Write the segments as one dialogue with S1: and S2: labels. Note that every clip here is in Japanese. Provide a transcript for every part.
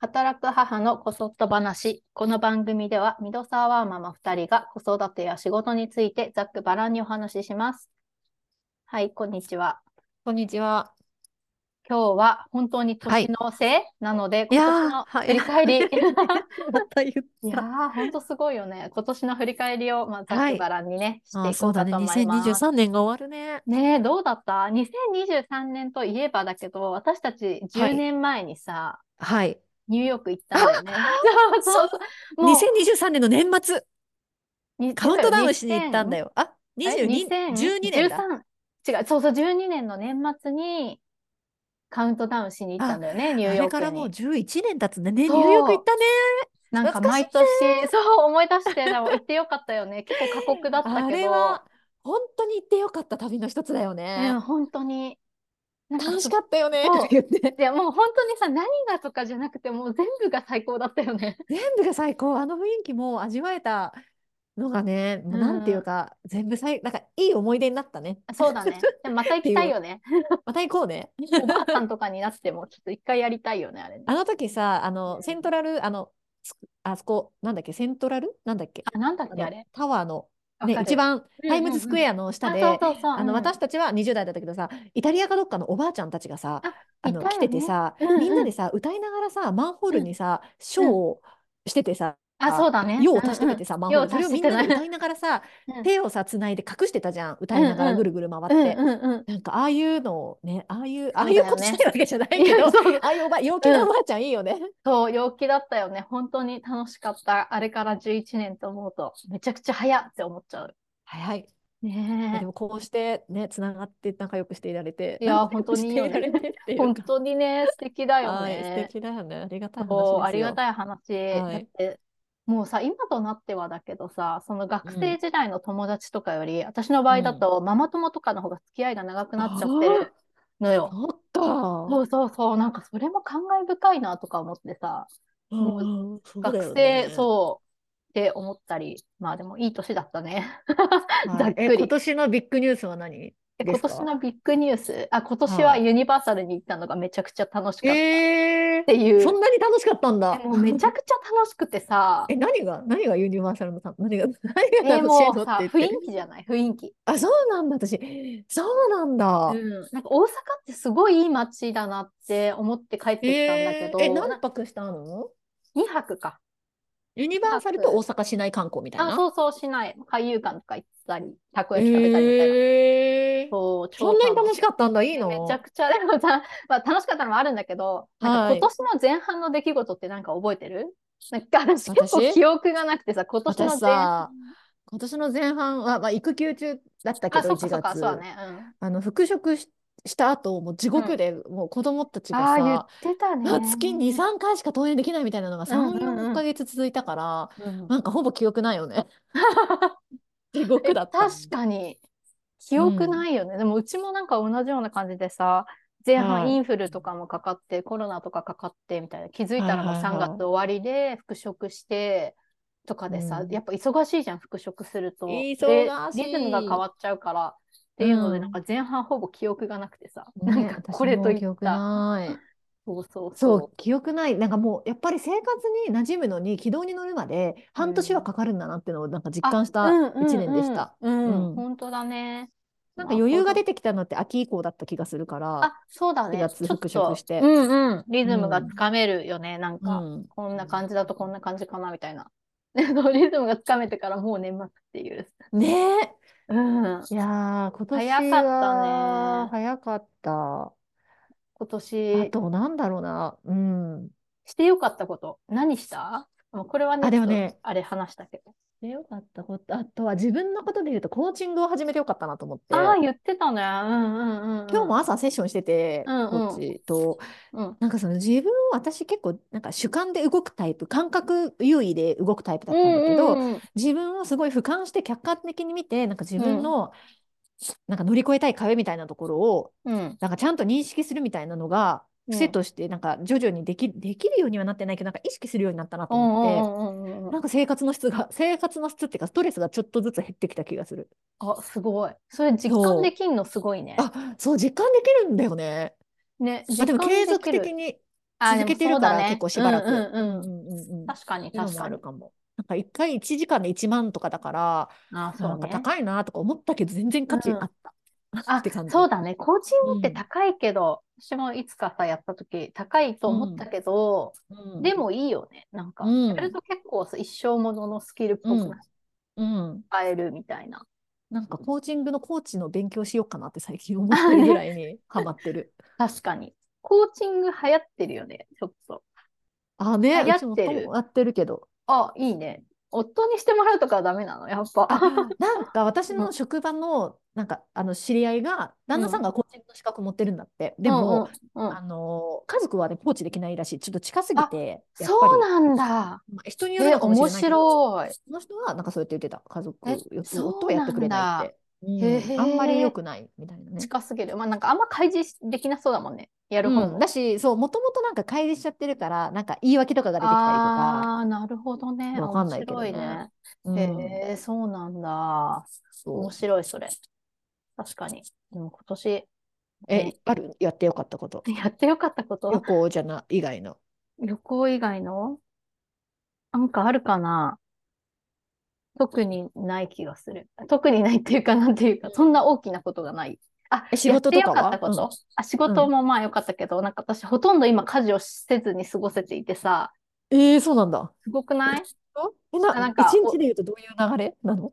S1: 働く母のこそっと話。この番組では、ミドサーワーママ2人が子育てや仕事についてざっくばらんにお話しします。はい、こんにちは。
S2: こんにちは。
S1: 今日は本当に
S2: はい
S1: 年のせい、なので、
S2: いやー
S1: 今年の
S2: はい
S1: 振り返 り。 い
S2: また言っ
S1: やー、本当すごいよね。今年の振り返りを、まあ、ざっくばらんにね、
S2: た。
S1: していこうかと思います。
S2: 2023年が終わるね。
S1: ねえ、どうだった2023年といえばだけど、私たち
S2: は
S1: 10
S2: い
S1: 年前にさ、
S2: はい。
S1: ニューヨーク行ったんだよ ね。 そうそうそう。もう
S2: 2023年の年末、
S1: に
S2: カウントダウンしに行ったんだ
S1: よ。
S2: よ。あ、22、
S1: 2000
S2: 12年だ。
S1: 13違う、そうそう、12年の年末にカウントダウンしに行ったんだよね、ニュ
S2: あ
S1: ーヨー
S2: れ
S1: ク
S2: からもう
S1: に。
S2: 11年経つね。ね、ニュ
S1: そう
S2: ーヨーク行ったね。
S1: なんか
S2: 懐かしい
S1: 毎年、
S2: ね
S1: そう思い出して、でも行ってよかったよね。結構過酷だった
S2: あ
S1: け
S2: れ
S1: ど、
S2: は、本当に行ってよかった旅の一つだよ
S1: う
S2: ね
S1: ん、。本当に。なん
S2: 楽し
S1: っ
S2: かったよね。
S1: そう
S2: とか言って
S1: いや、もう本当にさ、何がとかじゃなくて、もう全部が最高だったよ ね。
S2: 全部が最高。あの雰囲気も味わえたのがね、もうなんていうか、全部最、なんかいい思い出になったね。
S1: そうだね。でもまた行きたいよ ね。
S2: また行こうね。
S1: おばあさんとかになっても、ちょっと一回やりたいよね、あれね。
S2: あの時さ、あの、
S1: うん
S2: セントラル、あの、つあそこ、なんだっけ、セントラルなんだっけ、
S1: あ、なんだっ
S2: あ
S1: け、
S2: の
S1: あれ。
S2: タワーの、
S1: わ
S2: ね、
S1: かる
S2: 一番、タイムズスクエ
S1: ア
S2: アの下
S1: あ、
S2: で、
S1: そうそうそう。
S2: あ
S1: う
S2: の、
S1: ん
S2: 私たちは20代だったけどさ、イタリアかどっかのおばあちゃんたちがさ、
S1: あ
S2: あ
S1: い
S2: の、
S1: た
S2: 来
S1: よ
S2: てて
S1: ね
S2: さ、
S1: うんうん
S2: みんなでさ、歌いながらさ、マンホールにさ、ショーをしててさ、
S1: あ、そうだね。
S2: 用を足しててさ、マンホールに、そ
S1: 用
S2: れ
S1: を足
S2: を
S1: し
S2: みん
S1: て
S2: な
S1: ない
S2: で歌いながらさ、
S1: うん
S2: 手をさ、つないで隠してたじゃん、歌いなが
S1: うんう
S2: ら
S1: ん
S2: ぐるぐる回
S1: うん
S2: って。
S1: うんうん。
S2: なんか、ああいうのをね、ああいう、あ
S1: だよね
S2: あいうことしてるわけじゃないけ
S1: い
S2: ど、
S1: や
S2: あ
S1: そう
S2: あいうおば、陽気なおばあちゃんいいよね。
S1: そう、陽気だったよね。本当に楽しかった。あれから11年と思うと、めちゃくちゃ早っって思っちゃう。
S2: 早い。で
S1: ね
S2: もこうしてね、つながって仲良くしていられて、
S1: いや
S2: 仲良く
S1: 本当にいいよね
S2: していられてって
S1: え。
S2: いう
S1: 本
S2: か
S1: 当にね、 素敵だよ
S2: はい、素
S1: ね。
S2: 敵だよね。ありがたい話
S1: そう、
S2: です
S1: ありが
S2: よ。
S1: たい話。
S2: はい
S1: だって、もうさ、今となってはだけどさ、その学
S2: う
S1: 生時代の友達とかより、私の場合だと、ママ友とかの方が付き合いが長くなっちゃってるのよ。
S2: そっか。
S1: そうそうそう、なんかそれも感慨深いなとか思ってさ、もう
S2: うんうんそうだ
S1: 学
S2: よ
S1: 生、
S2: ね
S1: そうって思ったり、まあでもいい年だった ね。
S2: はい
S1: ざっくり
S2: え今年のビッグニュースは何
S1: で
S2: で
S1: 今
S2: すか
S1: 年のビッグニュース、あ、今年
S2: は
S1: はいユニバーサルに行ったのがめちゃくちゃ楽しかったっ
S2: え
S1: てい
S2: ー
S1: う、
S2: そんなに楽しかったんだ、
S1: で。もうめちゃくちゃ楽しくてさ
S2: え、何が、何がユニバーサルのた、何が、 何
S1: え
S2: が楽しい
S1: も
S2: の
S1: う
S2: っ
S1: さ、
S2: て
S1: 雰
S2: 言
S1: 囲
S2: って。
S1: 気じゃない、雰囲気。
S2: あ、そうなんだ、私。そうなんだ
S1: う。ん、なんか大阪ってすごいいい街だなって思って帰ってきたんだけ
S2: え
S1: ど、
S2: ーえ、何泊したの
S1: 2泊か。
S2: ユニバーサルと大阪市内観光みたい
S1: あ、
S2: な。
S1: そうそう、市内、海遊館とか行ったり、たこ
S2: え
S1: 焼き食べたりみたいな。
S2: えー、
S1: そう、超
S2: そんなに
S1: 楽し
S2: 楽しかったんだ、いいの。
S1: めちゃくちゃでもさ、まあ、楽しかったのもあるんだけど、なんか
S2: はい
S1: 今年の前半の出来事ってなんか覚えてる なんか私
S2: 私
S1: 結構記憶がなくてさ、今年の
S2: 私
S1: 前
S2: さ
S1: 半。、
S2: 今年の前半は、まあ、育休中だったけ
S1: あ、そ
S2: ど、
S1: っか
S2: 1
S1: そっか、
S2: 月。
S1: そうだね。
S2: あの復職し、した後、もう地獄で、もう子供たち
S1: うん、
S2: が
S1: ああ、言っ
S2: さ、
S1: てたね。
S2: まあ月2、3回しか登園できないみたいなのが
S1: うんうんうん
S2: 3、4ヶ月続いたから、
S1: うん
S2: なんかほぼ記憶ない よね。地獄だった。
S1: 確かに、記憶ないよね。でもうちもなんか同じような感じでさ、前
S2: は
S1: 半
S2: い
S1: インフルとかもかかって、コロナとかかかってみたいな、気づいたらもう
S2: はいはい
S1: 3
S2: はい
S1: 月終わりで復職してとかでさ、
S2: うん
S1: やっぱ忙しいじゃん、復職すると。で
S2: 忙しい
S1: リズムが変わっちゃうからっていうので、
S2: うん
S1: なんか前半ほぼ記憶がなくてさ、
S2: ね
S1: なんかこれとい
S2: 私も記
S1: っ
S2: 憶
S1: た。
S2: ない。
S1: そうそうそ
S2: そうう、。記憶ない。なんかもう、やっぱり生活に馴染むのに、軌道に乗るまで、半年はかかるんだなっていうのを、なんか実感した1年でした。
S1: うんうんうん
S2: うん
S1: 本当だね。
S2: なんか余裕が
S1: て
S2: 出てきたのって秋以降だった気がするから、
S1: あ、そうだね。
S2: やつ
S1: ちょっ
S2: 復
S1: と
S2: 職して
S1: うんうん。リズムがつかめるよね。なん
S2: う
S1: か、
S2: ん、
S1: こんな感じだとこんな感じかな、みたいな。 リズムがつかめてからもう年末っていう。
S2: ねえ、
S1: うん。
S2: いやー、今年
S1: 早かったね
S2: は早かった。
S1: 今
S2: あ
S1: 年、
S2: と、なんだろうな、うん。
S1: してよかったこと。何したもうこれはね、
S2: あでもね
S1: ちょっとあれ話したけど。
S2: で、よかったこと、あとは自分のことで言うと、コーチングを始めてよかったなと思って、
S1: ああ、言ってたね。うんうんうんうん。
S2: 今日も朝セッションしてて、
S1: うんうん
S2: コーチと、
S1: うん。
S2: なんかその自分を私結構、なんか主観で動くタイプ、感覚優位で動くタイプだったんだけど、
S1: うんうんうん
S2: 自分をすごい俯瞰して客観的に見て、なんか自
S1: うん
S2: 分の、なんか乗り越えたい壁みたいなところを、
S1: うん。
S2: なんかちゃんと認識するみたいなの
S1: う
S2: が、
S1: ん
S2: 癖として、なんか徐々にでき、できるようにはなってないけど、なんか意識するようになったなと
S1: うんう
S2: 思って、
S1: んうんうんう。
S2: なんんか生活の質が、生活の質っていうか、ストレスがちょっとずつ減ってきた気がする。
S1: あ、すごい。それ実
S2: そ
S1: 感
S2: う
S1: できんのすごいね。
S2: あ、そう、実感できるんだよね。
S1: ね、
S2: まあ、でも
S1: 実
S2: 継
S1: 感で
S2: 続
S1: きる
S2: 的に、
S1: あー
S2: 続けてるから
S1: で
S2: 結
S1: も
S2: 構
S1: そ
S2: し
S1: うだ
S2: ば
S1: ね
S2: らく。
S1: うんうんうん。
S2: うんうんうん
S1: 確かに
S2: 今
S1: 確
S2: もあ
S1: かに
S2: る。かも。なんか一回1時間で1万とかだから、
S1: あー、そ
S2: な
S1: うん
S2: か
S1: ね。
S2: 高いなとか思ったけど、全然価値あった。
S1: あ
S2: って感、じ。
S1: そうだね。コーチングって
S2: うん
S1: 高いけど、私もいつかさ、やった時、高いと思ったけど、
S2: うん
S1: で、もいいよね。なんか、
S2: うん
S1: やると結構さ一生もののスキルっぽくなって
S2: うん。
S1: 使えるみたいな。
S2: なんかコーチングのコーチの勉強しようかなって最近思ってるぐらいにハマってる。
S1: 確かに。コーチング流行ってるよね、ちょっと。
S2: あ、ね、
S1: 流行
S2: うちも
S1: ってる
S2: やってるけど。
S1: あ、いいね。夫にしてもらうとかはダメなの、やっぱ。
S2: なんか私
S1: うん
S2: の職場の、なんかあの知り合いが、旦那さんがコーチングの資格持ってるんだって。でも、、
S1: うんうんうん
S2: あの、家族はね、コーチできないらしい。ちょっと近すぎて、やっぱ
S1: そう
S2: り。
S1: なんだ。
S2: まあ、人による
S1: え、
S2: のかもし
S1: 面
S2: れないけど、
S1: 白い。
S2: その人はなんかそうやって言ってた。家族
S1: え
S2: よく、
S1: そう
S2: 夫はやってくれないって。うん
S1: へー
S2: あんまり良くないみたいなね。
S1: 近すぎる。まあ、なんかあんま開示できなそうだもんね。やる方
S2: うん、
S1: も。
S2: だし、そう、もともとなんか乖離しちゃってるから、なんか言い訳とかが出てきたりとか、
S1: ああ、なるほどね。
S2: わかんないけどね
S1: 面白いね。
S2: うん、
S1: へえ、そうなんだ。
S2: そ
S1: 面
S2: う。
S1: 白い、それ。白い確かに。でも今年、
S2: え、あるやってよかったこと。
S1: やってよかったこと
S2: 旅行じゃな、以外の。
S1: 旅行以外のなんかあるかな特にない気がする。特にないっていうか、なんていうか、そんな大きなことがない。あ、
S2: え仕事とかは
S1: やってよかったこと、あ、仕事もまあ良かったけど、なんか私ほとんど今家事をせずに過ごせていてさ、
S2: えー、そうなんだ。
S1: すごくない
S2: え、な、
S1: あなんか
S2: 一日で言うとどういう流れなの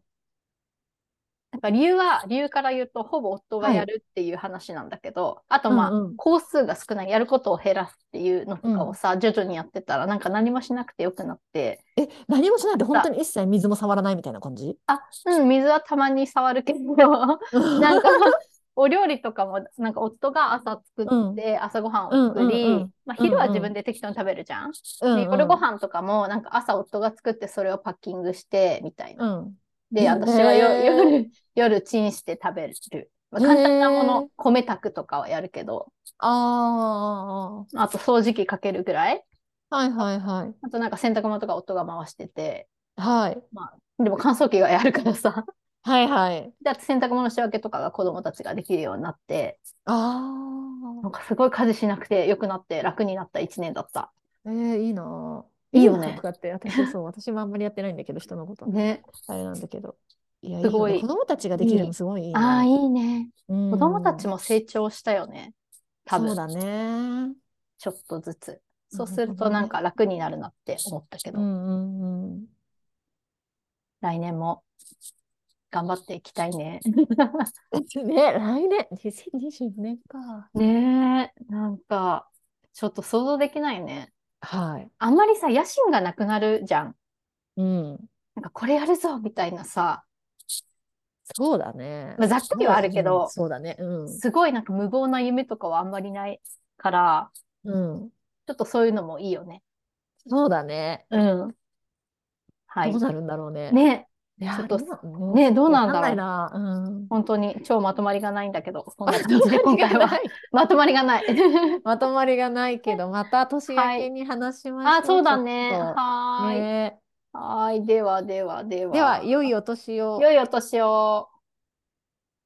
S1: なんか理由は、理由から言うと、ほぼ夫が
S2: はい
S1: やるっていう話なんだけど、あとまあ、
S2: うんうん
S1: 工数が少ない、やることを減らすっていうのとかをさ、徐々にやってたら、なんか何もしなくてよくなって、
S2: え、何もしないで本当に一切水も触らないみたいな感じ
S1: あ、うん、水はたまに触るけ ど、なんか、お料理とかも、なんか夫が朝作って、朝ごはんを作
S2: うんうんう
S1: り
S2: ん、
S1: まあ、昼は
S2: うんうん
S1: 自分で適当に食べるじゃん。
S2: うんう
S1: で、
S2: ん
S1: 夜ご飯とかも、なんか朝夫が作って、それをパッキングして、みたいな。
S2: うん。
S1: で、私はよ
S2: へー
S1: 夜、夜チンして食べる。まあ、簡単なも
S2: へ
S1: の
S2: ー、
S1: 米炊くとかはやるけど、
S2: あ
S1: あと掃除機かけるぐらい。
S2: あ、はいはいはい。
S1: あとなんか洗濯物とか夫が回してて、
S2: はい。
S1: でも乾燥機がやるからさ。
S2: はいはい。
S1: で、あと洗濯物の仕分けとかが子供たちができるようになって、
S2: あ
S1: なんかすごい家事しなくて良くなって楽になった一年だった。
S2: あ、えー、いいなぁ。
S1: いいよ
S2: な
S1: ね
S2: とかって、私、そう、私もあんまりやってないんだけど、人のこと。
S1: ね。
S2: あれなんだけど。いや、
S1: すごい
S2: いよね子供たちができるのすごいいい
S1: ああ、い
S2: ね。
S1: いね。
S2: うん
S1: 子供たちも成長したよね。多
S2: そう
S1: 分、
S2: だね。
S1: ちょっとずつ。
S2: うん
S1: そうするとなんか楽になるなって思ったけ
S2: う
S1: ど、
S2: んうんうん。
S1: 来年も頑張っていきたいね。
S2: ね、来年、2024年か。
S1: ねえ、なんか、ちょっと想像できないね。
S2: はい。
S1: あんまりさ、野心がなくなるじゃん。
S2: うん。
S1: なんかこれやるぞみたいなさ、
S2: そうだね。
S1: まあざっくりはあるけど
S2: うんそうだね。うん。
S1: すごいなんか無謀な夢とかはあんまりないから、
S2: うん。
S1: ちょっとそういうのもいいよね。
S2: そうだね。
S1: うん。は
S2: ど
S1: い。
S2: うなるんだろうね。
S1: ね、
S2: いや
S1: ちょっ
S2: ー、
S1: と
S2: どうな
S1: ねどうなんだろう
S2: わかんないな。うん。
S1: 本当に超まとまりがないんだけど、そんな 感じで今回は。まとまりがない。
S2: まとまりがないけど、また年明けに話しましょう。
S1: あ、そうだね。
S2: ちょっと
S1: はーい。
S2: ね
S1: はーい。ではではでは。
S2: では、良いお年を。
S1: 良いお年を。